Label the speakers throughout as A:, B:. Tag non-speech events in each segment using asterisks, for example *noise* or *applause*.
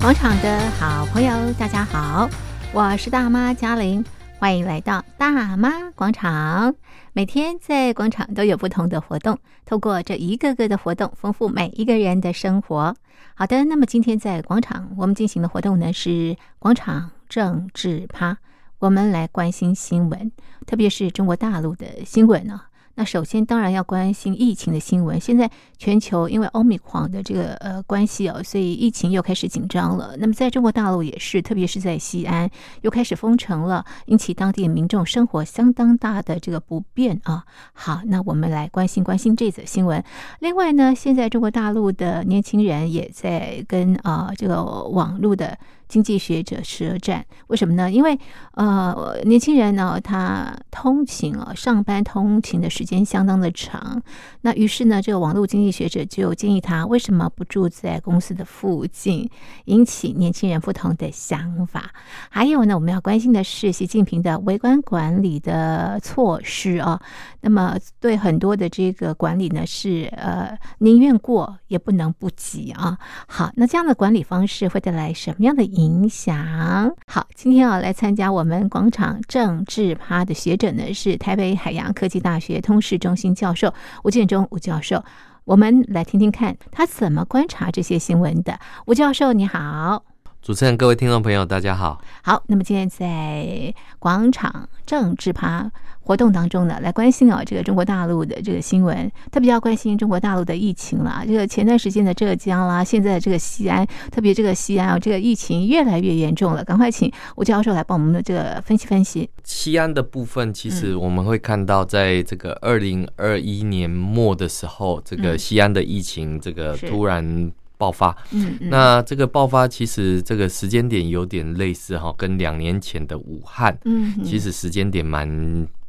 A: 广场的好朋友，大家好，我是大妈嘉玲，欢迎来到大妈广场。每天在广场都有不同的活动，透过这一个个的活动，丰富每一个人的生活。好的，那么今天在广场我们进行的活动呢是广场政治趴，我们来关心新闻，特别是中国大陆的新闻呢、那首先当然要关心疫情的新闻。现在全球因为欧米狂的这个呃关系哦，所以疫情又开始紧张了。那么在中国大陆也是，特别是在西安又开始封城了，引起当地民众生活相当大的这个不便啊。好，那我们来关心关心这则新闻。另外呢，现在中国大陆的年轻人也在跟啊、呃这个网络的经济学者舌战，为什么呢？因为呃，年轻人呢，他通勤啊、上班通勤的时间相当的长，那于是呢，这个网络经济学者就建议他，为什么不住在公司的附近，引起年轻人不同的想法。还有呢，我们要关心的是习近平的微观管理的措施啊，那么对很多的这个管理呢，是呃宁愿过也不能不及啊。好，那这样的管理方式会带来什么样的影响？好，今天啊来参加我们广场政治趴的学者呢是台北海洋科技大学通识中心教授吴建中吴教授，我们来听听看他怎么观察这些新闻的。吴教授你好，
B: 主持人、各位听众朋友，大家好。
A: 好，那么今天在广场政治趴活动当中呢，来关心哦这个中国大陆的这个新闻，特别要关心中国大陆的疫情啦。这个前段时间的浙江啦，现在的这个西安，特别这个西安啊、这个疫情越来越严重了。赶快请吴教授来帮我们的这个分析分析。
B: 西安的部分，其实我们会看到，在这个二零二一年末的时候，这个
A: 嗯
B: 西安的疫情这个
A: 是
B: 突然爆发。
A: 嗯嗯，
B: 那这个爆发，其实这个时间点有点类似哈，跟两年前的武汉，
A: 嗯，嗯
B: 其实时间点蛮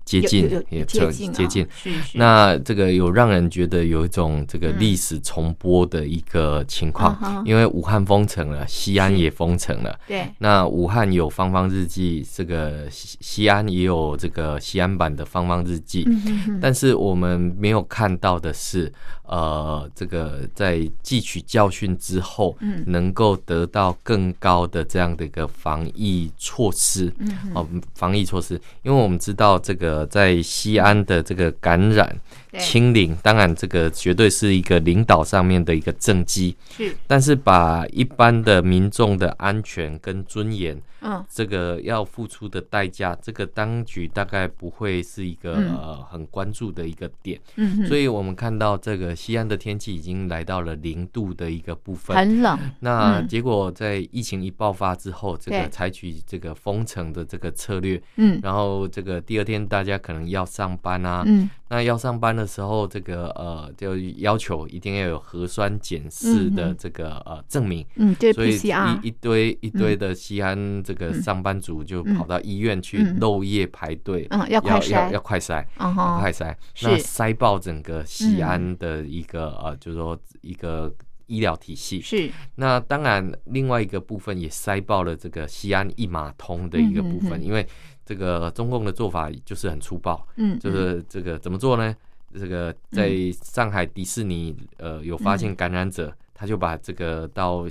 B: 接
A: 有有
B: 近
A: 有，
B: 也
A: 接
B: 接
A: 近啊
B: 接近。
A: 是是
B: 那这个有让人觉得有一种这个
A: 嗯
B: 历史重播的一个情
A: 啊
B: 况，
A: 哈
B: 因为武汉封城了，西安
A: 是
B: 也封城了。
A: 对
B: 那武汉有方方日记，这个西西安也有这个西安版的方方日记，
A: 嗯嗯嗯
B: 但是我们没有看到的是，呃，这个在汲取教训之后，
A: 嗯
B: 能够得到更高的这样的一个防疫措施。
A: 嗯嗯
B: 哦，防疫措施，因为我们知道这个在西安的这个感染
A: 对
B: 清零，当然这个绝对是一个领导上面的一个政绩，
A: 是
B: 但是把一般的民众的安全跟尊严，
A: 嗯
B: 这个要付出的代价，这个当局大概不会是一个、
A: 嗯
B: 呃很关注的一个点。
A: 嗯嗯
B: 所以我们看到这个西安的天气已经来到了零度的一个部分。
A: 很冷
B: 那
A: 嗯
B: 结果在疫情一爆发之后，这
A: 对
B: 个采取这个封城的这个策略，
A: 嗯
B: 然后这个第二天大家可能要上班啊，
A: 嗯
B: 那要上班的时候，这个呃就要求一定要有核酸检视
A: 嗯
B: 的
A: 哼
B: 这个呃证明。
A: 嗯对
B: 所以
A: PCR
B: 一一堆一堆的西安这个上班族就跑到医院去
A: 嗯嗯
B: 漏夜排队，
A: 嗯要快
B: 要要
A: 筛
B: 要快筛，
A: 嗯
B: 要
A: 哈
B: 快筛，
A: 是嗯
B: 那塞爆整个西安的一个呃，就是说一个医疗体系。
A: 是
B: 那当然，另外一个部分也塞爆了这个西安一码通的一个部
A: 嗯嗯
B: 分，
A: 嗯
B: 因为这个中共的做法就是很粗暴，
A: 嗯
B: 就
A: 嗯
B: 是这个怎么做呢？这个在上海迪士尼，呃，有发
A: 嗯
B: 现感染者，他就把这个到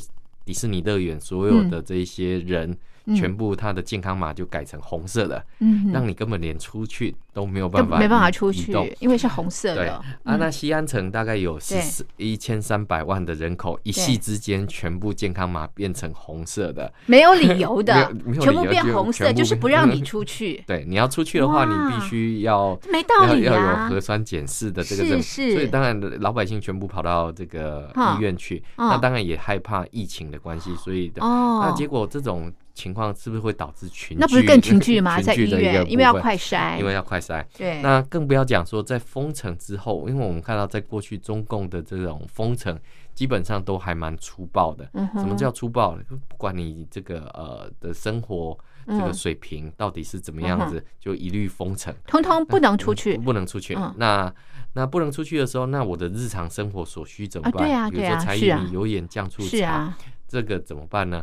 B: 迪士尼乐园所有的这一些人，
A: 嗯
B: 全部他的健康码就改成红色的，
A: 嗯嗯
B: 让你根本连出去都没有
A: 就
B: 办法移，
A: 没办法出去
B: 移动，
A: 因为是红色
B: 对
A: 的
B: 啊。，那西安城大概有
A: 对
B: 十一千三百万的人口，一夕之间全部健康码变成红色的，
A: 没有理由的
B: *laughs* 没有没，有
A: 全部
B: 理由
A: 变
B: 就
A: 红色，
B: 全部，
A: 就是不让你出去
B: *laughs* 对，你要出去的
A: 哇
B: 话，你必须要
A: 没道
B: 要
A: 理
B: 要有
A: 啊
B: 核。酸检视的这个
A: 是
B: 证明，
A: 是
B: 所以当然老百姓全部跑到这个
A: 哈
B: 医院去，
A: 嗯
B: 那当然也害怕疫情的关系，所以的、那
A: 哦，
B: 结果这种情况是不是会导致群聚？
A: 那不是更群聚吗？在
B: 群
A: 医
B: 聚的一个
A: 院，
B: 部
A: 因为要
B: 分
A: 快筛
B: 因，为要快筛，
A: 对，
B: 那更不要讲说在封城之后，因为我们看到在过去中共的这种封城，基本上都还蛮粗暴的。
A: 嗯哼
B: 什么叫粗暴？不管你这个呃的生活这
A: 嗯
B: 个水平到底是怎么样子，就一律封城。
A: 通通不能出去
B: 不不能出去。
A: 嗯
B: 那那不能出去的时候，那我的日常生活所需怎么办？
A: 啊对啊
B: 比如
A: 对
B: 说
A: 啊
B: 柴
A: 是
B: 米
A: 啊
B: 油盐酱醋茶，
A: 是啊，
B: 这个怎么办呢？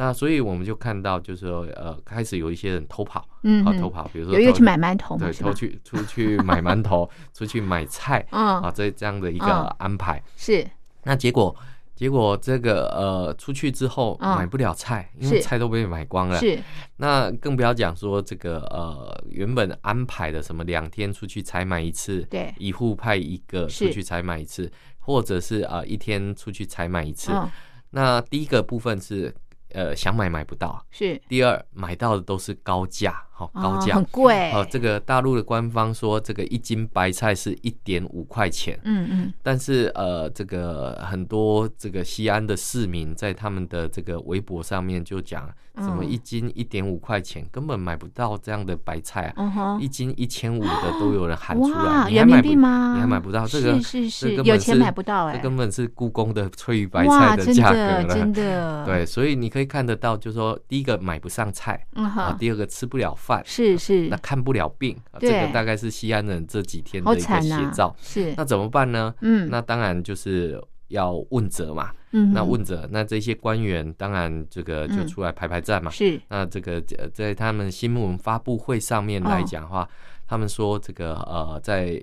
B: 那所以我们就看到，就是说，呃，开始有一些人偷跑，
A: 嗯
B: 好
A: 哼
B: 偷跑，比如说
A: 有一个
B: 偷
A: 去买馒头嘛，
B: 对，
A: 是吧
B: 出？去出去买馒
A: *laughs*
B: 头，出去买菜啊
A: 嗯，
B: 啊，这这样的一个
A: 嗯
B: 安排。
A: 是
B: 那结果结果这个呃出去之后
A: 嗯
B: 买不了菜，因
A: 是
B: 为菜都被买光了。
A: 是，
B: 那更不要讲说这个呃原本安排的什么两天出去采买一次，
A: 对，
B: 一户派一个
A: 是
B: 出去采买一次，或者是啊、呃一天出去采买一次。
A: 嗯，
B: 那第一个部分是呃想买买不到，
A: 是，
B: 第二买到的都是高价，好、
A: 哦
B: 高价
A: 很。贵，
B: 哦，这个大陆的官方说，这个一斤白菜是一点五块钱，
A: 嗯嗯，
B: 但是呃，这个很多这个西安的市民在他们的这个微博上面就讲，
A: 嗯
B: 什么一斤一点五块钱，根本买不到这样的白菜啊，
A: 嗯哼，
B: 一斤一千五的都有人喊出
A: 哇，
B: 来，你
A: 人
B: 还
A: 民
B: 买不
A: 币吗？
B: 你还买不到这个
A: 是是
B: 这
A: 是，
B: 根本
A: 有钱
B: 是
A: 买不到哎
B: 这，根本是故宫的翠玉白
A: 哇，
B: 菜
A: 真
B: 价
A: 的
B: 格
A: 真
B: 了。
A: 的，，
B: *laughs* 对，所以你可以看得到，就是说，第一个买不上菜
A: 嗯
B: 啊，
A: 哼，
B: 第二个吃不了饭，
A: 是
B: 那
A: 是，
B: 看不了病，啊
A: 对
B: 这个大概是西安人这几天
A: 好
B: 的一个
A: 惨啊
B: 写
A: 呐
B: 照，。
A: 是，
B: 那怎么办呢？
A: 嗯，
B: 那当然就是要问责嘛。
A: 嗯
B: 那
A: 哼
B: 问责，那这些官员当然这个就
A: 嗯
B: 出来排排站嘛。
A: 是
B: 那这个呃，在他们新闻发布会上面来讲的话，
A: 哦
B: 他们说这个呃，在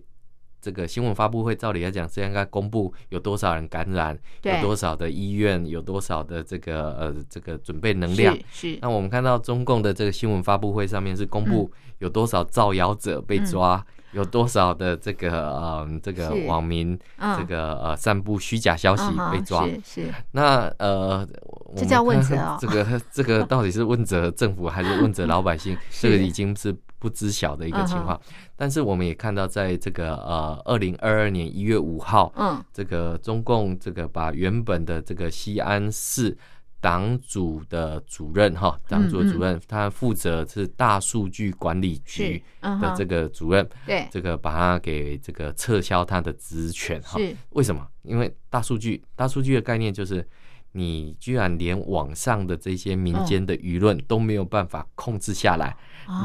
B: 这个新闻发布会，照理来讲是应该公布有多少人感染，
A: 对
B: 有多少的医院，有多少的这个呃这个准备能量。
A: 是是
B: 那我们看到中共的这个新闻发布会上面是公布
A: 嗯
B: 有多少造谣者被抓，有多少的这个呃这个
A: 是
B: 网民
A: 嗯
B: 这个呃散布虚假消息
A: 嗯哼
B: 被抓。
A: 是是
B: 那呃，我
A: 这
B: 们
A: 叫问
B: 看
A: 责哦？
B: *laughs* 这个这个到底是问责政府还是问责老百姓
A: *laughs* 是嗯
B: 这个已经是不知晓的一个情况。但是我们也看到，在这个呃二零二二年一月五号，
A: 嗯
B: 这个中共这个把原本的这个西安市党组的主任
A: 嗯
B: 哈，党组的主任，他负责是大数据管理
A: 是
B: 局
A: 嗯
B: 的
A: 哼
B: 这个主任，
A: 对
B: 这个把他给这个撤销他的职权哈。
A: 是
B: 为什么？因为大数据，大数据的概念就是，你居然连网上的这些民间的
A: 嗯
B: 舆论都没有办法控制下来，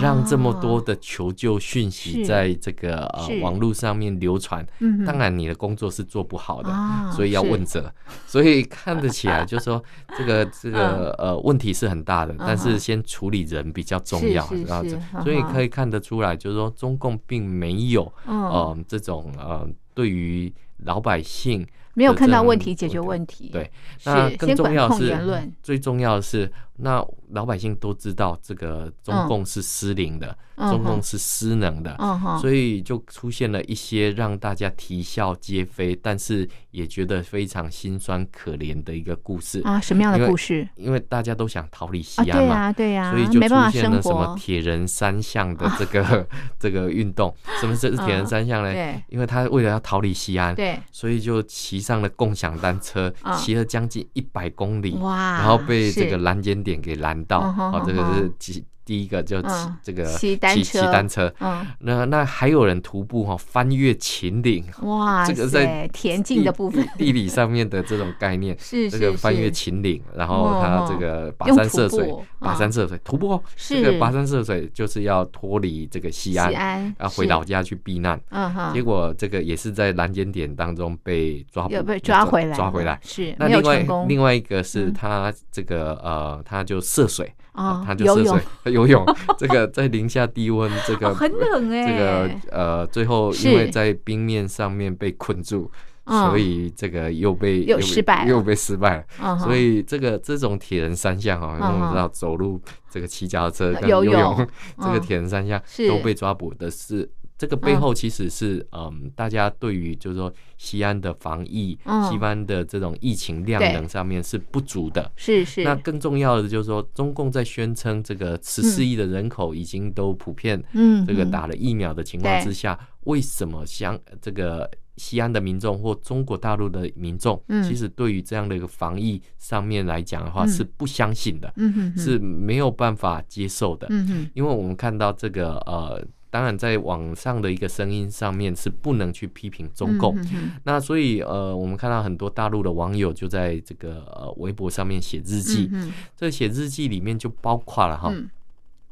B: 让这么多
A: 哦
B: 的求救讯息
A: 是
B: 在这个呃
A: 是
B: 网络上面流传，
A: 嗯哼
B: 当然你的工作是做不好的。
A: 啊
B: 所以要
A: 是
B: 问责， *laughs* 所以看得起来，就
A: *laughs*
B: 说这个这个呃问题是很大的，但
A: 嗯嗯哼
B: 是先处理人比较重
A: 是
B: 要，
A: 是
B: 然后
A: 是
B: 这
A: 嗯
B: 所以
A: 哼
B: 可以看得出来，就是说中共并没有
A: 嗯
B: 呃，这种呃，对于老百姓
A: 没有
B: 的
A: 看
B: 这
A: 到
B: 种
A: 问题解决
B: 问
A: 问题
B: 对那
A: 是
B: 更
A: 先
B: 重
A: 管
B: 要
A: 控
B: 是嗯
A: 言论
B: 最重要的是，那老百姓都知道这个
A: 嗯
B: 中共是失灵的，
A: 嗯
B: 中
A: 哼
B: 共是失能的。
A: 嗯哼
B: 所以就出现了一些让大家啼笑皆非，但是也觉得非常心酸可怜的一个故事，
A: 啊什么样的
B: 因为
A: 故事
B: 因为大家都想逃离西
A: 啊
B: 安
A: 对
B: 嘛，
A: 呀对呀
B: 所以就
A: 没办法
B: 出现
A: 生
B: 了什么
A: 活啊
B: 铁人三项的这个、 *laughs* 这个运动。什么是铁人三项呢？
A: 对
B: 因为他为了要逃离西安，
A: 对
B: 所以就骑上了共享单车
A: 嗯，
B: 骑、了将近一百公里，
A: 哇
B: 然后被这
A: 是
B: 个拦截点给拦到。
A: 嗯哼
B: 好、
A: 嗯
B: 这个
A: 哼
B: 是骑第一个就骑、
A: 嗯
B: 这个
A: 骑单
B: 骑
A: 车
B: 骑单车。
A: 嗯
B: 那那还有人徒步哈、哦，翻越秦岭，
A: 哇
B: 这个
A: 塞
B: 在
A: 田径的
B: 地
A: 部
B: *laughs*
A: 分。
B: 地地理上面的这种概念
A: *laughs* 是
B: 这
A: 是
B: 个翻越
A: 是
B: 秦岭，然后
A: 嗯
B: 他
A: 嗯
B: 这个跋
A: 用
B: 山
A: 徒
B: 涉水
A: 步，
B: 跋
A: 嗯
B: 山涉水徒步哦，这
A: 是
B: 个跋山涉水就是要脱离这个西安，
A: 安
B: 要回
A: 是
B: 老家去避难。
A: 嗯
B: 结
A: 哼
B: 果这个也是在拦截点当中被抓捕，
A: 有被抓
B: 被
A: 回来
B: 抓
A: 了
B: 回来。
A: 是
B: 那
A: 没有
B: 另
A: 成
B: 外
A: 功
B: 另外一个是
A: 嗯
B: 他这个呃，他就涉水，
A: 啊
B: 他就
A: 游
B: 涉
A: 泳
B: 水 *laughs* 游泳，这个在零下低温，这
A: 哦
B: 个
A: 很冷哎
B: 这个呃，最后因为
A: 是
B: 在冰面上面被困住，
A: 嗯
B: 所以这个又被
A: 又失败了
B: 又被失败了。
A: 嗯哼
B: 所以这个这种铁人三项哦，
A: 嗯哼
B: 我们知道走路、这个骑脚踏车、
A: 呃
B: 跟
A: 游
B: 游
A: 泳
B: 泳，
A: 嗯
B: *laughs* 这个铁人三项
A: 是
B: 都被抓捕的是。这个背后其实是，嗯，大家对于就是说西安的防疫、
A: 嗯
B: 西安的这种疫情量
A: 对
B: 能上面是不足的。
A: 是是
B: 那更重要的就是说，中共在宣称这个十四亿的人口已经都普遍
A: 嗯
B: 这个
A: 哼
B: 打了疫苗的情况
A: 对
B: 之下，为什么像这个西安的民众或中国大陆的民众，
A: 嗯
B: 其实对于这样的一个防疫上面来讲的话
A: 嗯
B: 是不相信的，
A: 嗯哼哼
B: 是没有办法接受的，
A: 嗯哼
B: 因为我们看到这个呃。当然，在网上的一个声音上面是不能去批评中共，
A: 嗯哼哼
B: 那所以呃，我们看到很多大陆的网友就在这个呃微博上面写日记，
A: 嗯哼
B: 这写日记里面就包括了哈，
A: 嗯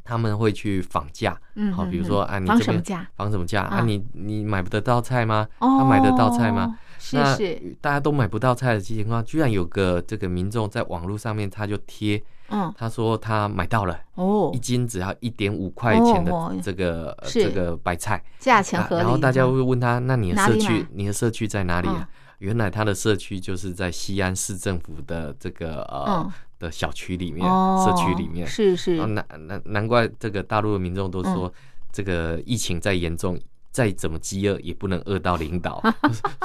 B: 他们会去仿价，
A: 嗯
B: 好，
A: 哼
B: 比如
A: 哼
B: 说啊，你
A: 防
B: 这
A: 什么
B: 边
A: 价？
B: 防什么价啊？
A: 啊
B: 你你买不得到菜吗？
A: 哦，
B: 他买得到菜吗？
A: 是
B: 那
A: 是，
B: 大家都买不到菜的情况，居然有个这个民众在网络上面他就贴，
A: 嗯
B: 他说他买到了
A: 哦
B: 一，斤只要一点五块钱
A: 哦
B: 的这个呃
A: 是
B: 这个白菜，
A: 价钱
B: 啊
A: 合理。
B: 然后大家
A: 嗯
B: 会问他，那你的
A: 哪
B: 社
A: 里买哦
B: 区你的社区在哪里啊？原来他的社区就是在西安市政府的这个呃、
A: 嗯
B: 的小区里面，
A: 哦，
B: 社区里面，
A: 是是
B: 啊，难难难怪这个大陆的民众
A: 嗯
B: 都说，这个疫情再严重，再怎么饥饿也不能饿到领
A: *laughs*
B: 导。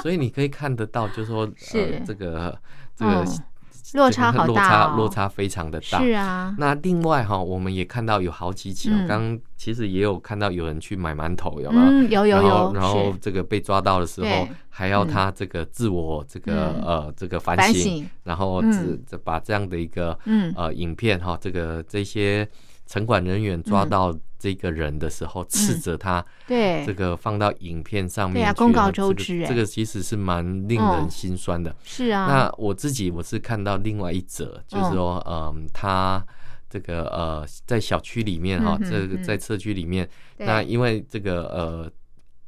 B: 所以你可以看得到，就是说，
A: 是
B: 呃，这个这个
A: 嗯
B: 这
A: 落
B: 个
A: 差好
B: 落
A: 大哦
B: 差落差非常的大。
A: 是啊，
B: 那另外哈，我们也看到有好几起哦，
A: 嗯
B: 刚刚其实也有看到有人去买馒头，有没有？
A: 嗯，有有
B: 然后，
A: 有，
B: 然后
A: 是
B: 这个被抓到的时
A: 对
B: 候，还要
A: 嗯
B: 他这个自我这个
A: 嗯
B: 呃这个反
A: 反
B: 省，
A: 省，
B: 然后
A: 嗯
B: 只只把这样的一个
A: 嗯，
B: 呃影片哈，这个这些城管人员抓
A: 嗯
B: 到这个人的时候，斥责他，
A: 对
B: 这，个放到影片上面
A: 对
B: 去
A: 啊
B: 哦，
A: 公告周
B: 这个
A: 知哎
B: 这个其实是蛮令
A: 哦
B: 人心酸的。
A: 是啊，
B: 那我自己我是看到另外一则，就是
A: 嗯
B: 说，嗯，他这个呃，在小区里面哈，
A: 嗯哼
B: 这个
A: 嗯
B: 在社区里面，
A: 对
B: 那因为这个呃，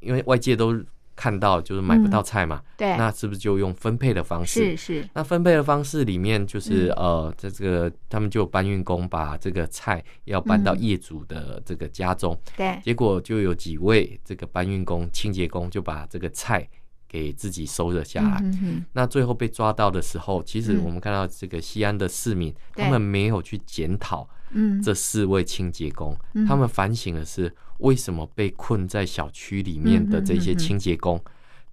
B: 因为外界都看到就是买不到菜嘛，
A: 嗯对，
B: 那是不是就用分配的方
A: 是
B: 式？
A: 是，
B: 那分配的方式里面，就是、
A: 嗯
B: 呃，在这个他们就有搬运工把这个菜要搬到
A: 嗯
B: 业主的这个家中，
A: 对，
B: 结果就有几位这个搬运工、清洁工就把这个菜给自己收了下来。
A: 嗯嗯
B: 那最后被抓到的时候，其实
A: 嗯
B: 我们看到这个西安的市民，
A: 对
B: 他们没有去检讨
A: 嗯，
B: 这四位清洁工，
A: 嗯
B: 他们反省的是为什么被困在小区里面的这
A: 嗯
B: 些
A: 嗯嗯嗯
B: 清洁工，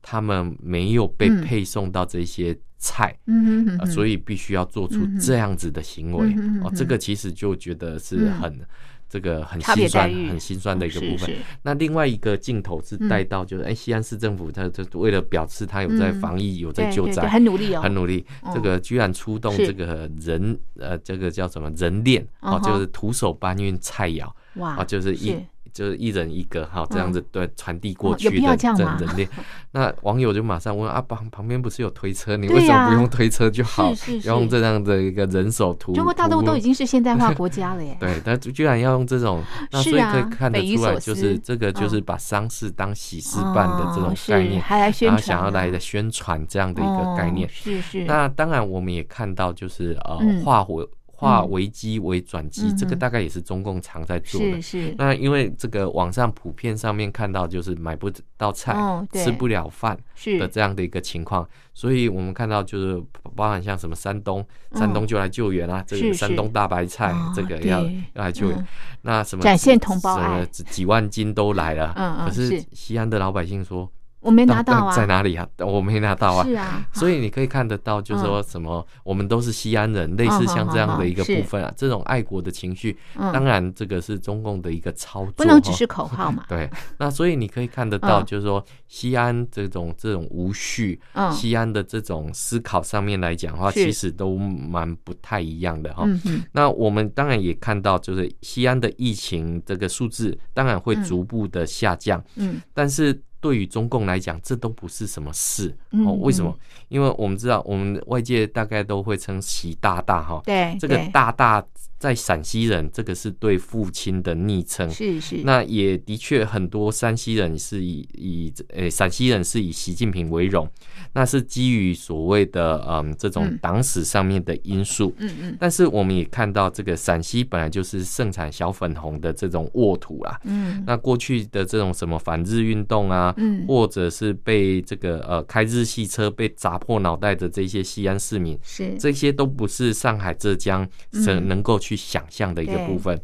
B: 他们没有被
A: 嗯
B: 配送到这些菜。
A: 嗯嗯
B: 呃，所以必须要做出
A: 嗯哼
B: 这样子的行为、
A: 嗯哼嗯
B: 哦
A: 哼，
B: 这个其实就觉得是很、这个很
A: 差别
B: 心酸、
A: 待遇哦
B: 很心酸的一个部分。
A: 是是嗯
B: 那另外一个镜头是带到，就是哎、西安市政府他就为了表示他有在
A: 嗯
B: 防疫、有在
A: 对
B: 救
A: 对对，
B: 灾。
A: 很努力哦，
B: 很努力，这个居然出动
A: 是
B: 这个人，呃，这个叫什么人链
A: 嗯
B: 哦，
A: 哼
B: 就是徒手搬运菜肴
A: 哇
B: 啊，，就是一
A: 是嗯
B: 就是一人一个哈，这样子对传递过
A: 哦有
B: 去
A: 必要
B: 的
A: 这样
B: 整
A: 吗
B: 人链。那网友就马上问啊，旁旁边不是有推车，你
A: 对
B: 为什
A: 呀
B: 么不用推车就好
A: 是是，是
B: 要用这样的一个人手徒？
A: 中国大陆都已
B: 徒，
A: 经是现代化国家了耶
B: *laughs* 对，但居然要用
A: *laughs*
B: 这种，那
A: 是
B: 所以
A: 啊
B: 可以看得
A: 匪夷
B: 出来，
A: 所
B: 就
A: 思
B: 是这个就
A: 嗯
B: 是把丧事当喜事办的这
A: 哦
B: 种概
A: 是
B: 念，
A: 还来宣
B: 然
A: 传啊，
B: 后想要来的宣传这样的一个概念
A: 哦。是是，
B: 那当然，我们也看到，就是呃
A: 嗯，
B: 化危化危机为转机，这个
A: 嗯哼
B: 大概也是中共常在做的
A: 是。是，
B: 那因为这个网上普遍上面看到就是买不到菜、
A: 哦对
B: 吃不了饭的
A: 是
B: 这样的一个情况，所以我们看到就是包含像什么山东，
A: 嗯
B: 山东就来救援啊，这
A: 是
B: 个
A: 是
B: 山东大白菜
A: 哦
B: 这个要
A: 对
B: 要来救援，
A: 嗯
B: 那什么
A: 展现同胞爱
B: 什么几几万斤都来了，
A: 嗯嗯
B: 可是
A: 是
B: 西安的老百姓说
A: 我没拿
B: 但
A: 到啊，
B: 但在哪里啊？我没拿到啊
A: 是。啊，
B: 所以你可以看得到，就是说什么，我们都是西安人，类似像这样的一个
A: 嗯好好好
B: 部分啊，这种爱国的情绪，
A: 嗯，
B: 当然这个是中共的一个操作，
A: 不能只
B: 哈
A: 是口号
B: *laughs*
A: 嘛，
B: 对，那所以你可以看得到，
A: 嗯
B: 就是说西安这种这种无序，
A: 嗯
B: 西安的这种思考上面来讲的话，
A: 是
B: 其实都蛮不太一样的哈。
A: 嗯嗯，
B: 那我们当然也看到，就是西安的疫情这个数字当然会逐步的下降，
A: 嗯
B: 但是对于中共来讲，这都不是什么事、
A: 嗯
B: 哦。为什
A: 嗯
B: 么？因为我们知道，我们外界大概都会称习大大哈，
A: 对，
B: 这个
A: 对
B: 大大在陕西人，这个是对父亲的昵称。
A: 是是，
B: 那也的确，很多山西人是以以呃陕西人是以习近平为荣，那是基于所谓的嗯这种
A: 嗯
B: 党史上面的因素。
A: 嗯嗯
B: 但是我们也看到，这个陕西本来就是盛产小粉红的这种沃土啦。
A: 嗯
B: 那过去的这种什么反日运动啊，
A: 嗯，
B: 或者是被这个呃开日系车被砸破脑袋的这些西安市民，
A: 是
B: 这些都不是上海、浙江
A: 嗯
B: 是能够去想象的一个部分。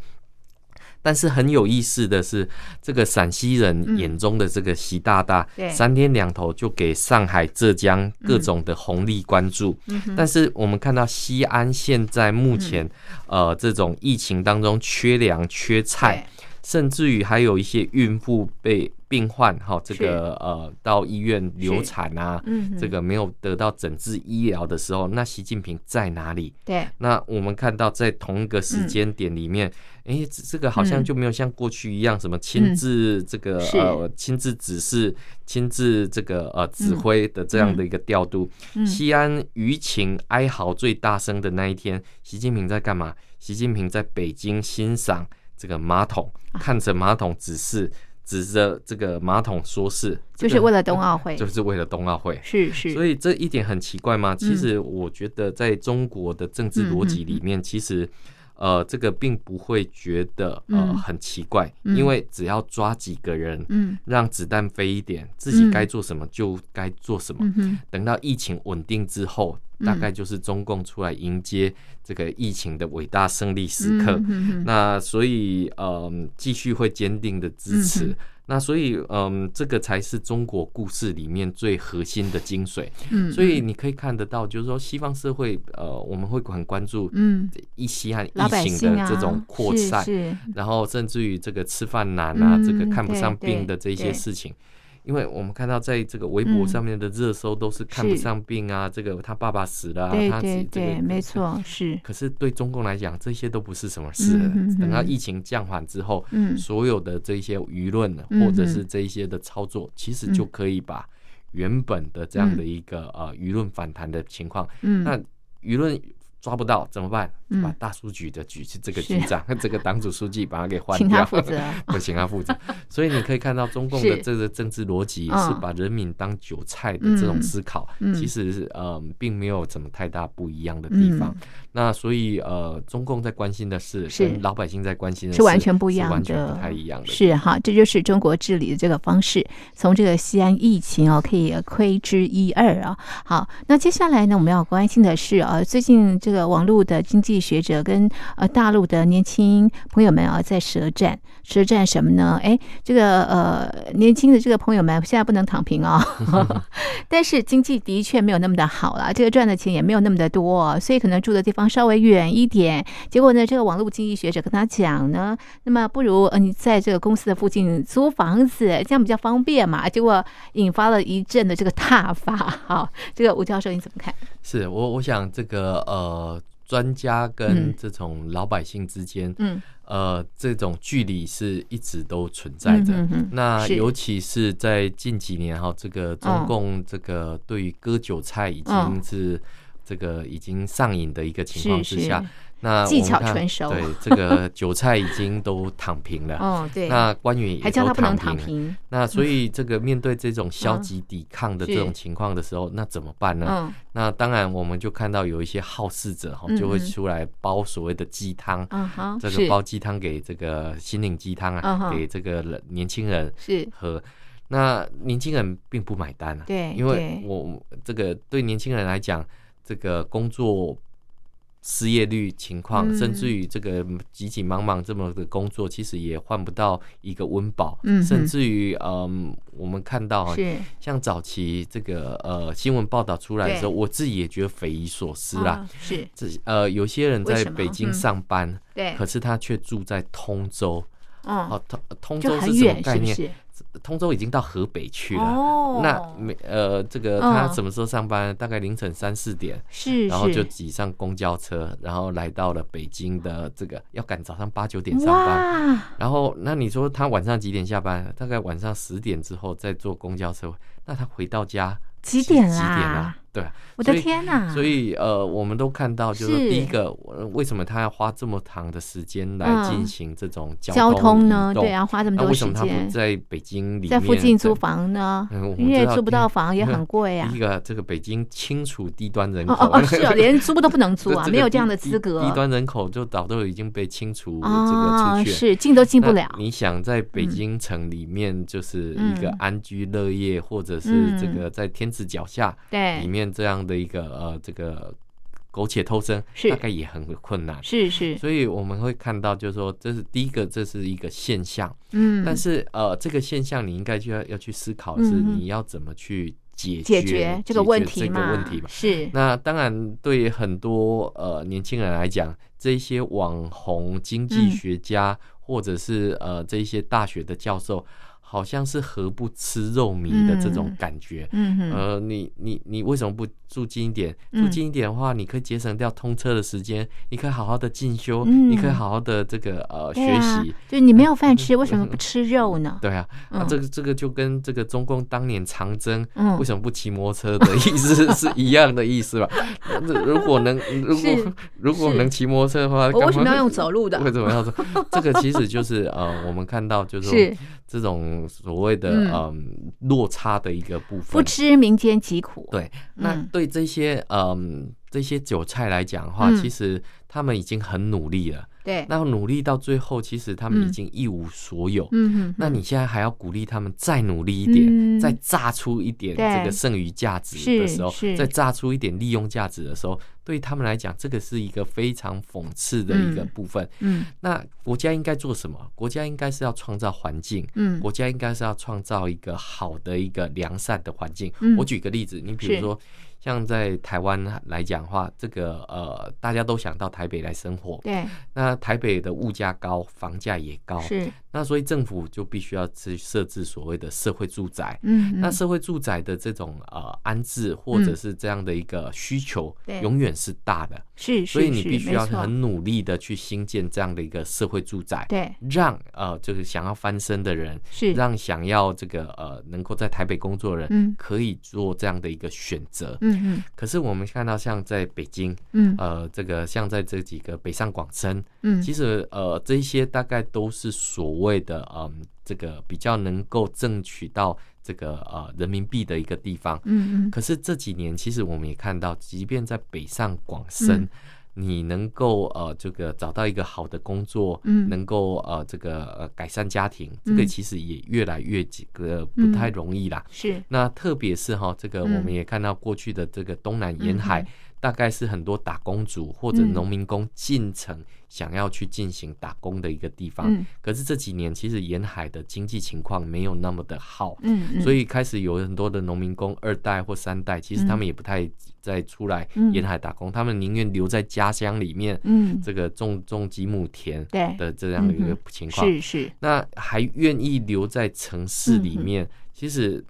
B: 但是很有意思的是，这个陕西人眼中的这个习大大，
A: 嗯对
B: 三天两头就给上海、浙江各种的红利关注。
A: 嗯哼
B: 但是我们看到西安现在目前，
A: 嗯
B: 呃，这种疫情当中缺粮、缺菜，甚至于还有一些孕妇被病患哈，这个呃到医院流产啊，
A: 对嗯哼
B: 这个没有得到诊治医疗的时候，那习近平在哪里？
A: 对
B: 那我们看到在同一个时间点里面，诶，这这个好像
A: 嗯
B: 就没有像过去一样什么亲自这个、
A: 是
B: 呃亲自指示、亲自这个呃指挥的这样的一个调度。
A: 嗯
B: 西安舆情哀嚎最大声的那一天，习近平在干嘛？习近平在北京欣赏这个马桶，
A: 啊
B: 看着马桶指示，指着这个马桶说事，
A: 就是为了冬奥会
B: 就，是为了冬奥会。
A: 是是，
B: 所以这
A: 嗯嗯
B: 一点很奇怪吗？其实我觉得在中国的政治逻辑里面，其实。呃，这个并不会觉得呃
A: 嗯
B: 很奇怪，
A: 嗯
B: 因为只要抓几个人，
A: 嗯
B: 让子弹飞一点，自己该做什么就该做什么。
A: 嗯哼，
B: 等到疫情稳定之后，
A: 嗯
B: 大概就是中共出来迎接这个疫情的伟大胜利时
A: 嗯
B: 刻。
A: 哼哼
B: 那所以，嗯，继续会坚定的支
A: 嗯
B: 持。
A: 哼
B: 那所以，嗯，这个才是中国故事里面最核心的精髓。
A: 嗯，
B: 所以你可以看得到，就是说西方社会，呃，我们会很关注
A: 嗯，
B: 一西和
A: 老百
B: 疫情
A: 姓
B: 的
A: 啊，
B: 这种扩散，
A: 是是
B: 然后甚至于这个吃饭难啊，
A: 嗯
B: 这个看不上
A: 对
B: 病的这
A: 对
B: 些事情。因为我们看到，在这个微博
A: 嗯
B: 上面的热搜都是看
A: 是
B: 不上病啊，这个他爸爸死了、啊，
A: 对
B: 他
A: 对
B: 这
A: 对，
B: 个
A: 没。错，是，
B: 可是对中共来讲，这些都不是什么事。
A: 嗯哼哼
B: 等到疫情降缓之后，
A: 嗯
B: 所有的这些舆论
A: 嗯哼嗯
B: 或者是这一些的操作，其实就可以把原本的这样的一个、呃舆论反弹的情况，
A: 嗯，
B: 那舆论抓不到怎么办？
A: 嗯
B: 把大数据的局是这个
A: 是
B: 局长， *laughs* 这个党组书记把他给换
A: 请他
B: 掉，
A: 负
B: *laughs*
A: 责，
B: 不请他
A: *laughs*
B: 负责。所以你可以看到中共的
A: 是
B: 这个政治逻辑
A: 嗯
B: 是把人民当韭菜的
A: 嗯
B: 这种思考，
A: 嗯
B: 其实是呃并没有怎么太大不一样的地方。那所以呃，中共在关心的事
A: 是
B: 跟老百姓在关心的
A: 是完
B: 事
A: 全不一
B: 是
A: 样
B: 完全
A: 的
B: 不太一样的。
A: 是哈，这就是中国治理的这个方式。从这个西安疫情哦，可以窥之一二啊。好，那接下来呢，我们要关心的是啊，最近这个网络的经济学者跟呃大陆的年轻朋友们啊，在舌战，舌战什么呢？哎，这个呃年轻的这个朋友们现在不能躺平哦，但是经济的确没有那么的好了，这个赚的钱也没有那么的多、所以可能住的地方稍微远一点。结果呢，这个网络经济学者跟他讲呢，那么不如呃你在这个公司的附近租房子，这样比较方便嘛。结果引发了一阵的这个挞伐。 *laughs* 好，这个吴教授你怎么看？
B: 是我我想这个呃，专家
A: 嗯
B: 跟这种老百姓之间，
A: 嗯，
B: 呃，这种距离是一直都存在的。
A: 嗯哼哼
B: 那
A: 是
B: 尤其是在近几年哈，这个
A: 嗯
B: 中共这个对于割韭菜已
A: 嗯
B: 经是这个已经上瘾的一个情况
A: 是
B: 之
A: 是
B: 下，，那
A: 技
B: 我们
A: 巧
B: 看
A: 纯熟
B: 对这个韭菜已经都躺 *laughs* 平了。
A: 哦对，
B: 那官员也
A: 还叫
B: 都
A: 他不能躺
B: 躺平了
A: 平，
B: 那所以这个面对这种消
A: 嗯
B: 极抵抗的
A: 是
B: 这种情况的时候，那怎么办呢？
A: 嗯
B: 那当然，我们就看到有一些好事者哈
A: 嗯，
B: 就会
A: 嗯
B: 出来煲所谓的鸡汤，
A: 嗯好，
B: 这
A: 是
B: 个煲鸡汤给这个心灵鸡汤
A: 嗯
B: 啊，
A: 哼
B: 给这个人年轻人
A: 是，
B: 喝。那年轻人并不买单啊，
A: 对，
B: 因为
A: 对
B: 我这个对年轻人来讲，这个工作失业率情况，
A: 嗯
B: 甚至于这个急急忙忙这么的工作，其实也换不到一个温饱，
A: 嗯哼
B: 甚至于嗯，我们看到啊，
A: 是
B: 像早期这个呃新闻报道出来的时候，我自己也觉得匪夷所思啦。
A: 啊是
B: 这呃，有些人
A: 为
B: 在
A: 什么
B: 北京
A: 嗯
B: 上班，
A: 对，
B: 可是他却住在通州。
A: 嗯，
B: 哦，通通
A: 就
B: 州
A: 很
B: 是什么
A: 远
B: 概
A: 是不
B: 念？
A: 是？
B: 通州已经到河北去了。
A: 哦，
B: 那没呃，这个
A: 嗯
B: 他什么时候上班？大概凌晨三四点，
A: 是，
B: 然后就是挤上公交车，然后来到了北京的这个，要赶早上八九点上班。
A: 哇，
B: 然后那你说他晚上几点下班？大概晚上十点之后再坐公交车。那他回到家
A: 几点
B: 几点
A: 啦
B: 啊？？对啊，
A: 我的
B: 所以
A: 天呐！
B: 所以呃，我们都看到，就是说
A: 是
B: 第一个，我为什么他要花这么长的时间
A: 嗯
B: 来进行这种
A: 交
B: 通
A: 通呢，
B: 移动
A: 对，啊，花这么
B: 那
A: 多
B: 为什
A: 时
B: 么他不
A: 间，
B: 在北京里面
A: 在附近租
B: 在
A: 房呢
B: 嗯我，们
A: 因为
B: 知道
A: 租不到房也
B: 因为
A: 很贵呀
B: 第一。个，这个北京清除低端人
A: 哦
B: 口，
A: 哦
B: *laughs*
A: 哦，是哦，连租都不能租啊，
B: 个
A: 没有这样
B: 低
A: 的资格
B: 低低端人口就早都已经被清除这
A: 啊，
B: 个出去了。
A: 是进都进不
B: 那
A: 了。
B: 你想在北
A: 嗯
B: 京城里面，就是一个
A: 嗯
B: 安居乐业，或者是这
A: 嗯
B: 个在天子脚下里
A: 对，
B: 面这样的一个呃这个苟且偷生，
A: 是
B: 大概也很困难。
A: 是是，
B: 所以我们会看到，就是说，这是第一个，这是一个现象。
A: 嗯，
B: 但是呃，这个现象你应该就要要去思考的是，
A: 嗯嗯
B: 你要怎么去解
A: 解
B: 决
A: 决这个问
B: 这
A: 题
B: 个
A: 嘛，
B: 问题吧。
A: 是，
B: 那当然，对于很多呃年轻人来讲，这一些网红经济
A: 嗯
B: 学家、或者是呃这一些大学的教授，好像是何不吃肉糜的这种
A: 嗯
B: 感觉。
A: 嗯哼，
B: 呃，你你你为什么不住近一点？
A: 嗯
B: 住近一点的话，你可以节省掉通车的时间，你可以好好的进修，
A: 嗯
B: 你可以好好的这个呃
A: 对
B: 学
A: 啊
B: 习。，嗯
A: 就是你没有饭吃，为什么不吃肉呢？
B: 对啊，啊
A: 嗯
B: 这个这个就跟这个中共当年长征
A: 嗯
B: 为什么不骑摩托车的意思是一样的意思吧？ *laughs* 那如果能如
A: 是
B: 果如果
A: 是
B: 能骑摩托车的话，
A: 我为什么
B: 干嘛
A: 要
B: *laughs*
A: 用走路的？
B: 为什么要说这个？其实就是呃，我们看到就是说
A: 是
B: 这种所谓的
A: 嗯
B: 嗯、落差的一个部
A: 不
B: 分。
A: 知民间疾苦。
B: 对，那
A: 嗯
B: 对这些嗯这些韭菜来讲的话，
A: 嗯
B: 其实他们已经很努力了。
A: 对，
B: 那努力到最后，其实他们已
A: 嗯
B: 经一无所有。
A: 嗯哼，
B: 那你现在还要鼓励他们再努力一点，
A: 嗯
B: 再榨出一点
A: 对
B: 这个剩余价值的时候
A: 是是，
B: 再榨出一点利用价值的时候，对他们来讲，这个是一个非常讽刺的一个部分。
A: 嗯
B: 那国家应该做什么？国家应该是要创造环境。
A: 嗯
B: 国家应该是要创造一个好的一个良善的环境。
A: 嗯
B: 我举个例子，你比
A: 是
B: 如说，像在台湾来讲的话，这个呃，大家都想到台北来生活，
A: 对，
B: 那台北的物价高，房价也高，
A: 是，
B: 那所以政府就必须要去设置所谓的社会住宅。
A: 嗯，
B: 那
A: 嗯
B: 社会住宅的这种呃安置或者是这样的一个需求，
A: 对
B: 永远是大的，
A: 是，
B: 所以
A: 是
B: 你
A: 是
B: 必须
A: 没
B: 要
A: 错
B: 很努力的去新建这样的一个社会住宅，
A: 对，
B: 让呃就是想要翻身的人，
A: 是，
B: 让想要这个呃能够在台北工作的人，
A: 嗯
B: 可以做这样的一个选择。
A: 嗯
B: 可是我们看到，像在北京，
A: 嗯嗯
B: 呃，这个像在这几个北上广深，
A: 嗯，
B: 其实呃这一些大概都是所谓的嗯这个比较能够争取到这个呃人民币的一个地方。
A: 嗯嗯
B: 可是这几年，其实我们也看到，即便在北上广深，
A: 嗯
B: 你能够呃这个找到一个好的工作，
A: 嗯
B: 能够呃这个呃改善家庭，这个
A: 嗯
B: 其实也越来越这个呃
A: 嗯
B: 不太容易啦。
A: 是，
B: 那特别是哈，这个我
A: 嗯
B: 们也看到过去的这个东南沿海，
A: 嗯
B: 大概是很多打工族或者
A: 嗯
B: 农民工进城想要去进行打工的一个地方。
A: 嗯
B: 可是这几年其实沿海的经济情况没有那么的好，
A: 嗯嗯，
B: 所
A: 以
B: 以开始有很多的农民工二代或三代，其实他们也不太再出来
A: 嗯
B: 沿海打工，他们宁愿留在家乡里面，
A: 嗯
B: 这个种种几亩田
A: 对，
B: 的这样的一
A: 嗯
B: 个
A: 哼
B: 情况。
A: 是是，
B: 那还愿意留在城市里
A: 嗯
B: 面，其实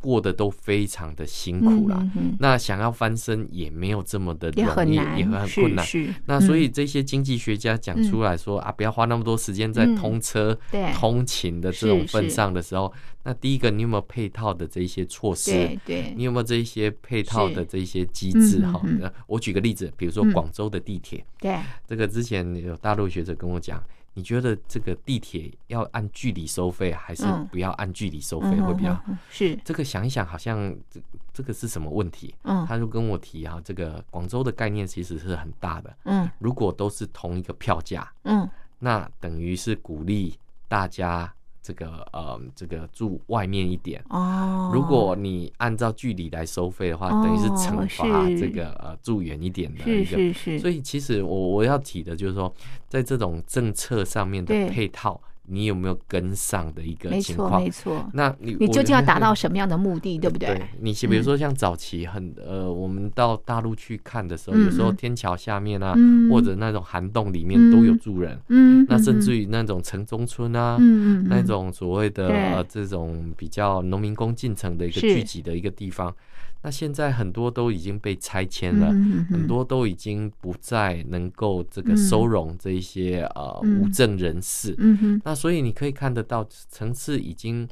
B: 过得都非常的辛苦啦。
A: 嗯嗯
B: 那想要翻身也没有这么的
A: 也
B: 容
A: 很
B: 易，
A: 难，
B: 也很
A: 是
B: 困难。
A: 是，
B: 那所
A: 嗯
B: 以这些经济学家讲出来说、啊，不要花那么多时间在
A: 嗯
B: 通车、
A: 对
B: 通勤的这种份上的时候，那第一个你有没有配套的这一些措施
A: 对？对
B: 你，有没有这一些配套的
A: 是
B: 这一些机制？
A: 嗯
B: 哈、
A: 嗯嗯
B: 那我举个例子，比如说
A: 嗯
B: 广州的地铁，
A: 对，
B: 这个之前有大陆学者跟我讲，你觉得这个地铁要按距离收费，还是
A: 嗯
B: 不要按距离收费
A: 嗯
B: 会比较好？
A: 嗯是，
B: 这个想一想，好像这这个是什么问题？
A: 嗯
B: 他就跟我提啊，这个广州的概念其实是很大的。
A: 嗯
B: 如果都是同一个票价，
A: 嗯，
B: 那等于是鼓励大家这个呃这个住外面一点。
A: 哦，
B: 如果你按照距离来收费的话，
A: 哦
B: 等于是惩罚
A: 是
B: 这个呃住远一点的一
A: 是
B: 个
A: 是是，
B: 所
A: 以
B: 以其实我我要提的就是说，在这种政策上面
A: 对
B: 的配套，你有没有跟上的一个
A: 没
B: 情
A: 错
B: 况
A: 没？错，
B: 那你
A: 你
B: 我
A: 究竟要
B: *laughs*
A: 达到嗯
B: 对
A: 什么样的目的，对不对？
B: 你比如说像早期很呃，我们到大陆去看的时候，
A: 嗯
B: 有时候
A: 嗯
B: 天桥下面啊，
A: 嗯
B: 或者那种涵洞里面都有住人，
A: 嗯，
B: 那甚
A: 于
B: 至于那种城中村啊。
A: 嗯嗯
B: 那
A: 嗯
B: 种所谓的
A: 对
B: 呃这种比较农民工进城的一个
A: 是
B: 聚集的一个地方，那现在很多都已经被拆迁了，
A: 嗯嗯嗯
B: 很多都已经不再能够这个
A: 嗯
B: 收容这一些、呃
A: 嗯
B: 无证人士。
A: 嗯哼
B: 那所以你可以看得到，城市已经。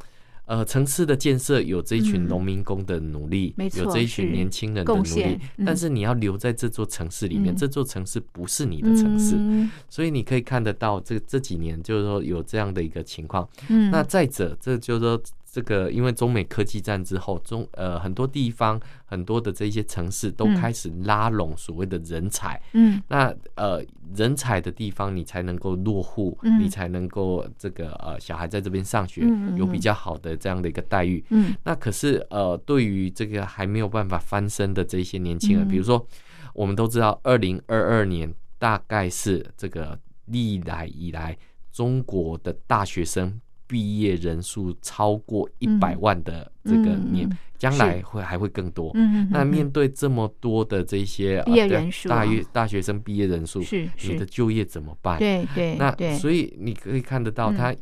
B: 呃，城市的建设有这一群
A: 嗯
B: 农民工的努力，
A: 没错
B: 有这一群年轻人的努
A: 贡
B: 力
A: 献，嗯
B: 但是你要留在这座城市里面，
A: 嗯
B: 这座城市不是你的城市，
A: 嗯
B: 所以你可以看得到这这几年就是说有这样的一个情况。
A: 嗯
B: 那再者，这就是说，这个因为中美科技战之后，中呃很多地方很多的这些城市都
A: 嗯
B: 开始拉拢所谓的人才。
A: 嗯
B: 那呃人才的地方，你才能够落户，
A: 嗯
B: 你才能够这个呃小孩在这边上学，
A: 嗯嗯
B: 有
A: 嗯
B: 比较好的这样的一个待遇。
A: 嗯
B: 那可是呃，对于这个还没有办法翻身的这一些年轻人，
A: 嗯
B: 比如说，我们都知道，二零二二年大概是这个历来以来中国的大学生毕业人数超过一百万的这个年，
A: 嗯嗯
B: 将来会还会更多。
A: 嗯，
B: 那
A: 嗯
B: 面对这么多的这些呃
A: 毕业人数啊
B: 大学大学生毕业人数，
A: 是
B: 你的
A: 是，
B: 就业怎么办？
A: 对对
B: 那
A: 对，
B: 所以你可以看得到
A: 嗯
B: 他，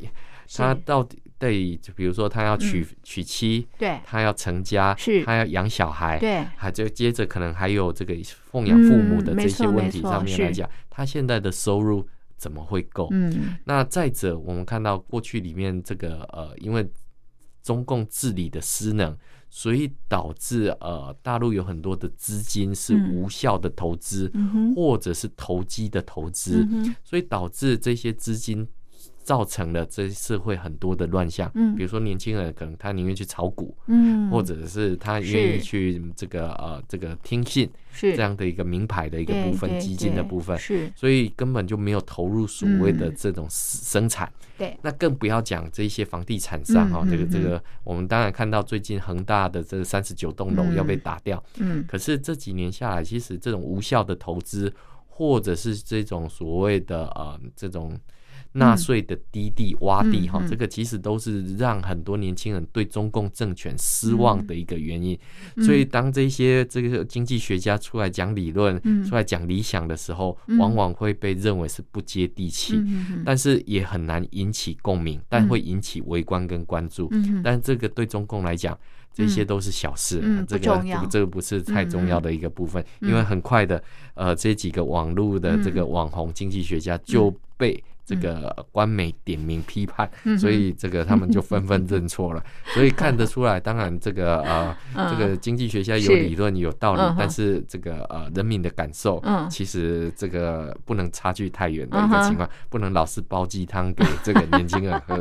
A: 是嗯
B: 他到底对，就比如说他要娶、娶妻，
A: 对
B: 他要成家，
A: 是
B: 他要养小孩，
A: 对
B: 还就接着可能还有这个奉养父母的
A: 嗯没
B: 这些
A: 错
B: 问
A: 没
B: 题
A: 错
B: 上面来
A: 是
B: 讲，他现在的收入怎么会够？
A: 嗯
B: 那再者，我们看到过去里面这个呃，因为中共治理的失能，所以导致呃大陆有很多的资金是
A: 嗯
B: 无效的投资，
A: 嗯哼
B: 或者是投机的投资，
A: 嗯哼
B: 所以导致这些资金造成了这社会很多的乱象。
A: 嗯
B: 比如说年轻人可能他宁愿去炒股，
A: 嗯，
B: 或者是他愿
A: 是
B: 意去这个呃这个听信
A: 是
B: 这样的一个名牌的一
A: 一
B: 个部分基金的部分。
A: 是
B: 所以根本就没有投入所谓的
A: 嗯
B: 这种生产，
A: 对，
B: 那更不要讲这些房地产商哈、
A: 嗯
B: 这个
A: 嗯
B: 这个，我们当然看到最近恒大的这三十九栋楼
A: 嗯
B: 要被打掉，
A: 嗯
B: 可是这几年下来，其实这种无效的投资，或者是这种所谓的呃这种纳税的低地洼地哈、
A: 嗯嗯嗯
B: 这个其实都是让很多年轻人对中共政权
A: 嗯
B: 失望的一个原因。所以当这些这个经济学家出来讲理论、
A: 嗯
B: 出来讲理想的时候，
A: 嗯
B: 往往会被认为是不接地气，
A: 嗯嗯
B: 但是也很难引起共鸣，但会引起围观跟关注。
A: 嗯
B: 但这个对中共来讲，这些都是小事，啊
A: 嗯
B: 这
A: 不
B: 个
A: 重要
B: 这个不是太重要的一个部分，
A: 嗯
B: 因为很快的，呃，这几个网络的这个
A: 嗯
B: 网红经济学家就被。这个官媒点名批判，
A: 嗯
B: 所以这个他们就纷纷认错
A: *laughs*
B: 了。所以看得出来，当然这个呃，
A: 嗯
B: 这个经济学家有
A: 是
B: 理论有道理，
A: 嗯哼
B: 但是这个呃人民的感受，
A: 嗯
B: 其实这个不能差距太远的一
A: 嗯
B: 个
A: 哼
B: 情况，不能老是煲鸡汤给这个年轻人喝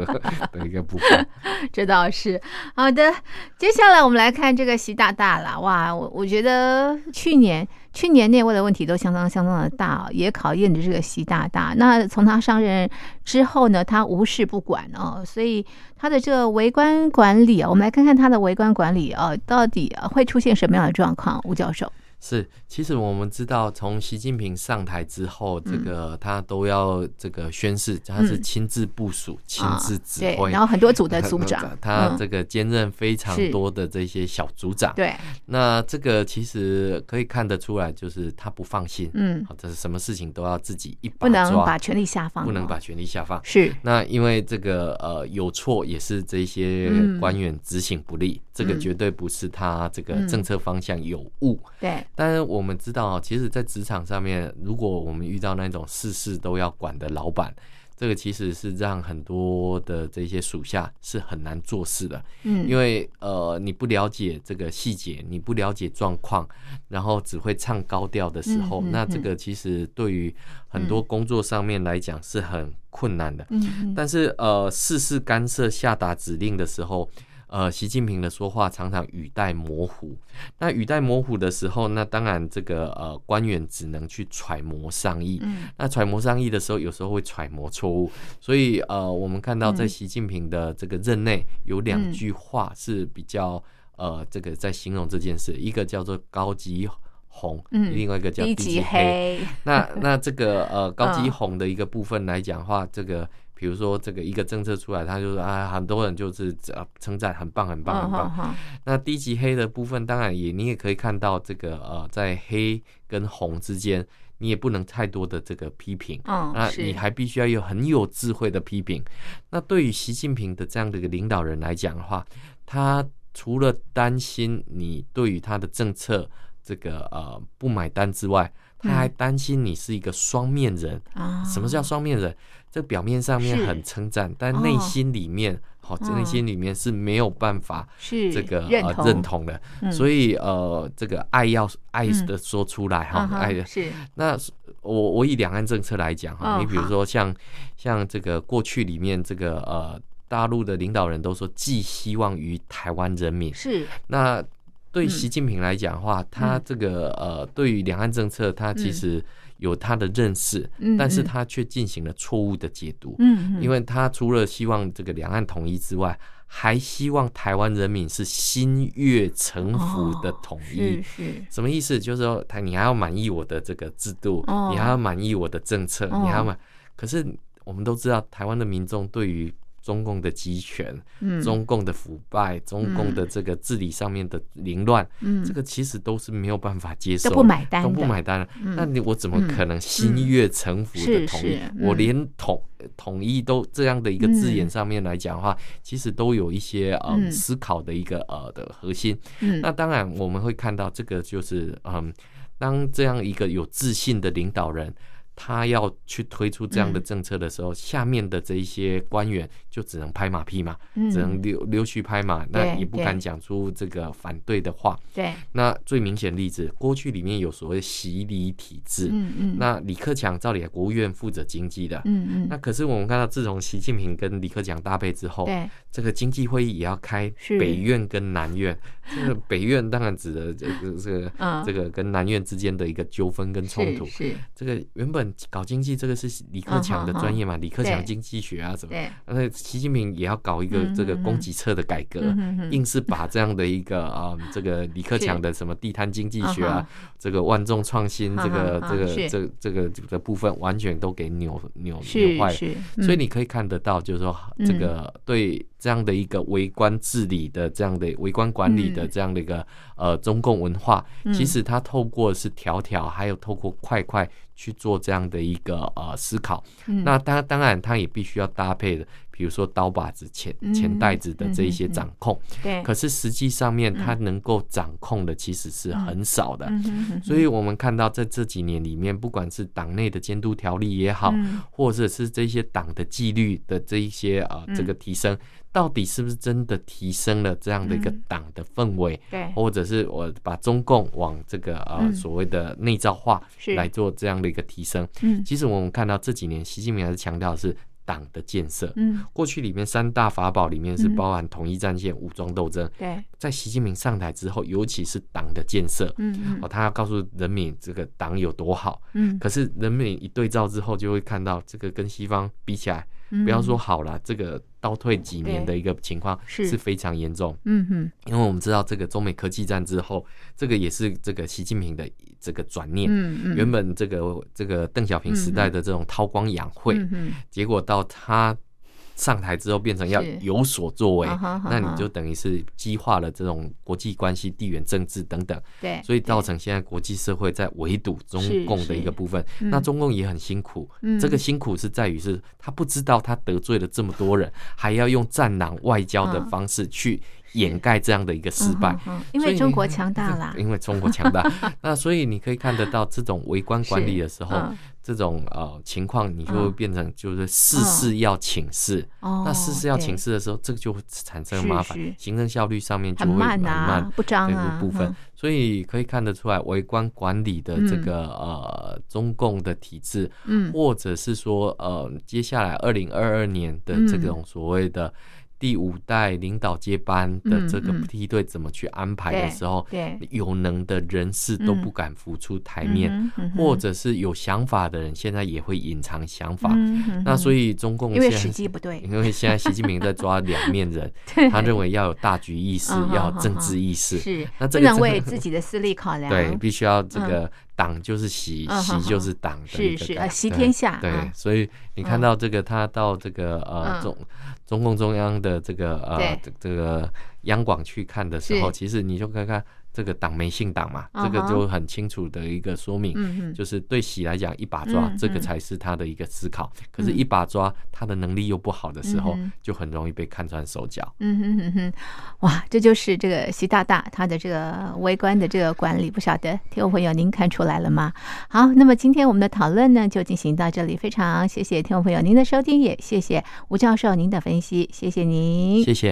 B: 的一个部分。
A: 这倒是好的。接下来我们来看这个习大大了，哇，我我觉得去年去年内外的问题都相当相当的大、哦，也考验着这个习大大。那从他上任之后呢，他无事不管哦，所以他的这个微观管理啊，我们来看看他的微观管理啊，到底啊会出现什么样的状况？吴教授，
B: 是，其实我们知道，从习近平上台之后，这
A: 嗯
B: 个他都要这个宣誓，他是
A: 嗯
B: 亲自部署、亲
A: 啊
B: 自指
A: 对，
B: 挥。
A: 然后很多组的
B: 他
A: 组
B: 他 *laughs*
A: 长，
B: 他
A: 嗯
B: 这个兼任非常
A: 是
B: 多的这些小组长。
A: 对，
B: 那这个其实可以看得出来，就是他不放心，
A: 嗯，
B: 好，这是什么事情都要自己一把
A: 不能
B: 抓
A: 把权力下放哦，
B: 不能把权力下放。
A: 是
B: 那因为这个呃有错也是这些
A: 嗯
B: 官员执行不力，这个
A: 嗯
B: 绝对不是他这个
A: 嗯
B: 政策方向有误。
A: 对，
B: 但是我们知道，啊其实，在职场上面，如果我们遇到那种事事都要管的老板，这个其实是让很多的这些属下是很难做事的，
A: 嗯，
B: 因为呃，你不了解这个细节，你不了解状况，然后只会唱高调的时候，
A: 嗯嗯嗯
B: 那这个其实对于很多工作上面来讲是很困难的。
A: 嗯嗯
B: 但是呃，事事干涉、下达指令的时候，呃，习近平的说话常常语带模糊。那语带模糊的时候，那当然这个呃官员只能去揣摩上意。
A: 嗯
B: 那揣摩上意的时候，有时候会揣摩错误，所以呃，我们看到在
A: 嗯
B: 习近平的这个任内，有两
A: 嗯
B: 句话是比较呃，这个在形容这件事，一个叫做高级红，
A: 嗯
B: 另外一个叫
A: 低
B: 低
A: 级
B: 级
A: 黑，
B: 那那这个呃高级
A: 嗯
B: 红的一个部分来讲的话，这个比如说这个一个政策出来，他就说啊，很多人就是呃称赞很棒
A: 嗯
B: 很棒很棒。
A: 棒，
B: 那低级黑的部分，当然也你也可以看到这个呃在黑跟红之间，你也不能太多的这个批评。
A: 嗯，
B: 那
A: 是
B: 你还必须要有很有智慧的批评。那对于习近平的这样的一个领导人来讲的话，他除了担心你对于他的政策这个呃不买单之外，他还
A: 嗯
B: 担心你是一个双面人。
A: 啊，
B: 什么叫双面人？这表面上面
A: 是
B: 很称赞，但
A: 哦
B: 内心里面，好、这内
A: 嗯
B: 心里面是没有办法
A: 是
B: 这个
A: 认
B: 呃
A: 同
B: 认同的。
A: 嗯
B: 所以呃，这个爱要爱
A: 嗯
B: 的说出来哈
A: 嗯，哼
B: 爱的
A: 是
B: 那是我我以两岸政策来讲哈，
A: 嗯
B: 你比如说像像这个过去里面这个呃大陆的领导人都说寄希望于台湾人民，
A: 是
B: 那对
A: 嗯
B: 习近平来讲的话，他这个呃对于两岸政策他其实有他的认识，
A: 嗯
B: 但是
A: 嗯
B: 他却进行了错误的解读，
A: 嗯，嗯
B: 因为他除了希望这个两岸统一之外，还希望台湾人民是心悦诚服的
A: 哦
B: 统一
A: 是。是
B: 什么意思？就是说，他你还要满意我的这个制度，
A: 哦
B: 你还要满意我的政策，
A: 哦
B: 你还要满。可是我们都知道，台湾的民众对于中共的集权、
A: 嗯
B: 中共的腐败、中共的这个治理上面的凌乱，
A: 嗯
B: 这个其实都是没有办法接受
A: 都
B: 的，
A: 不买单
B: 都
A: 的，
B: 不买单了。
A: 嗯
B: 那你我怎么可能心悦诚
A: 嗯
B: 服的
A: 是
B: 同意？
A: 是嗯
B: 我连统统一都这样的一个字眼上面来讲的话，其实都有一些呃、
A: 嗯
B: 思考的一个呃的核心。
A: 嗯
B: 那当然，我们会看到这个就是，嗯，当这样一个有自信的领导人，他要去推出这
A: 嗯
B: 样的政策的时候，下面的这一些官员就只能拍马屁嘛，只能
A: 嗯，
B: 溜溜须拍马，那
A: 对
B: 也不
A: 对
B: 敢讲出这个反对的话。
A: 对，
B: 那最明显例子，过去里面有所谓洗礼体制，
A: 嗯嗯，
B: 那李克强照理来国务院负责经济的。
A: 嗯
B: 那
A: 嗯，
B: 可是我们看到，自从习近平跟李克强搭配之后，
A: 对，
B: 这个经济会议也要开
A: 是
B: 北院跟南院。这
A: *laughs*
B: 个北院当然指的这个这个、
A: 嗯
B: 这个跟南院之间的一个纠纷跟冲突。
A: 是，是
B: 这个原本搞经济这个是李克强的专业嘛，李克强
A: 嗯对
B: 经济学啊什么。
A: 对，
B: 那习近平也要搞一个
A: 嗯
B: 这个
A: 嗯
B: 供
A: 嗯
B: 给侧的改革，
A: 嗯哼哼
B: 硬是把这样的一个 *laughs* 啊、嗯这个李克
A: 是
B: 强的什么地摊经济学
A: 啊
B: 啊，这个万众创新
A: 啊
B: 这个
A: 啊啊
B: 这
A: 是
B: 个这这个这个部分，完全都给扭扭
A: 是
B: 扭坏了。
A: 是，
B: 所以
A: 嗯
B: 你可以看得到，就是说
A: 嗯
B: 这个对这样的一个微观治理的这样的微观管理
A: 嗯
B: 的这样的一个呃中共文化，其
A: 嗯
B: 实它透过是条条，还有透过块块去做这样的一个呃思考。
A: 嗯
B: 那当当然，它也必须要搭配的，比如说刀把子、钱钱袋子的这一些
A: 嗯嗯嗯嗯
B: 掌控。
A: 对，
B: 可是实际上面，它能够掌控的其实是很少的。
A: 嗯哼哼
B: 所以我们看到，在这几年里面，不管是党内的监督条例也好，
A: 嗯
B: 或者是这些党的纪律的这一些啊、
A: 嗯
B: 这个提升，到底是不是真的提升了这样的一个
A: 嗯
B: 党的氛围，
A: 对，
B: 或者是我把中共往这个呃、
A: 嗯
B: 所谓的内造化
A: 是
B: 来做这样的一个提升？
A: 嗯
B: 其实我们看到这几年，习近平还是强调的是党的建设。
A: 嗯，
B: 过去里面三大法宝里面是
A: 嗯
B: 包含统一战线、武装斗争，
A: 对，
B: 在习近平上台之后，尤其是党的建设，
A: 嗯
B: 哦，他要告诉人民这个党有多好，
A: 嗯
B: 可是人民一对照之后，就会看到这个跟西方比起来，
A: 嗯，
B: 不要说好了，这个倒退几年
A: 对
B: 的一个情况
A: 是
B: 是非常严重。
A: 嗯哼，
B: 因为我们知道这个中美科技战之后，这个也是这个习近平的这个转念。
A: 嗯嗯，
B: 原本这个这个邓小平时代的这种韬光养晦，
A: 嗯哼
B: 结果到他上台之后变成要
A: 是
B: 有所作为
A: 啊哈哈，
B: 那你
A: 哈
B: 就等于是激化了这种国际关系、地缘政治等等。
A: 对，
B: 所以
A: 对
B: 造成现在国际社会在围堵
A: 是
B: 中共的一个部分。
A: 是嗯
B: 那中共也很辛苦，
A: 嗯
B: 这个辛苦是在于是他不知道他得罪了这么多人，还要用战狼外交的方式去掩盖这样的一个失败。
A: 嗯哼哼因
B: 所
A: 为
B: 以你
A: 中国强大啦，
B: *laughs* 因为中国
A: *laughs*
B: 强大，那所以你可以看得到这种围观管理的时候，
A: 嗯
B: 这种呃情况，你就会
A: 嗯
B: 变成就是事事要请示。
A: 哦，
B: 那事事要
A: 对
B: 请示的时候，这个就会产生
A: 是
B: 麻烦
A: 是，
B: 行政效率上面就
A: 很
B: 会
A: 慢
B: 很慢
A: 啊，不张
B: 这
A: 啊，
B: 个部分
A: 嗯，
B: 所以可以看得出来，微观管理的这
A: 嗯
B: 个呃中共的体制，
A: 嗯
B: 或者是说呃接下来二零二二年的这
A: 嗯
B: 种所谓的第五代领导接班的
A: 嗯
B: 这个
A: 嗯
B: 梯队怎么去安排
A: 对
B: 的时候，
A: 嗯对，
B: 有能的人士都
A: 嗯
B: 不敢浮出台面，
A: 嗯哼
B: 或者是有想法的人现在也会隐藏想法。
A: 嗯哼
B: 那所
A: 哼
B: 以中共
A: 因为
B: 现在
A: 时机不对，
B: 因为现在习近平在抓两
A: *laughs*
B: 面人，他认为要有大局意识
A: 嗯，
B: 要
A: 好好
B: 有政
A: 好
B: 治意识。
A: 是
B: 那
A: 不
B: 这个
A: 能
B: 真的
A: 为自己的私利考量，
B: 对，必须要这个党就是习，
A: 嗯
B: 习
A: 好好
B: 就是党的
A: 是
B: 一个
A: 是
B: 概
A: 呃，习
B: 对
A: 天下，
B: 对
A: 嗯，
B: 所以你看到这个他到这个呃
A: 嗯
B: 中中共中央的这个呃
A: 对
B: 这这个央广去看的时候，
A: 是
B: 其实你就看看这个党媒姓党嘛，
A: 嗯
B: 这
A: 哼
B: 个就很清楚的一个说明。
A: 嗯嗯，
B: 就是对习来讲，一把抓
A: 嗯
B: 这个
A: 嗯
B: 才是他的一个思考。可是，
A: 嗯
B: 一把抓他的能力又不好的时候
A: 嗯哼，
B: 就很容易被看穿手脚。
A: 嗯哼哼哼，哇，这就是这个习大大他的这个微观的这个管理，不晓得听众朋友您看出来了吗？好，那么今天我们的讨论呢就进行到这里，非常谢谢听众朋友您的收听，也谢谢吴教授您的分析，谢谢您，
B: 谢谢。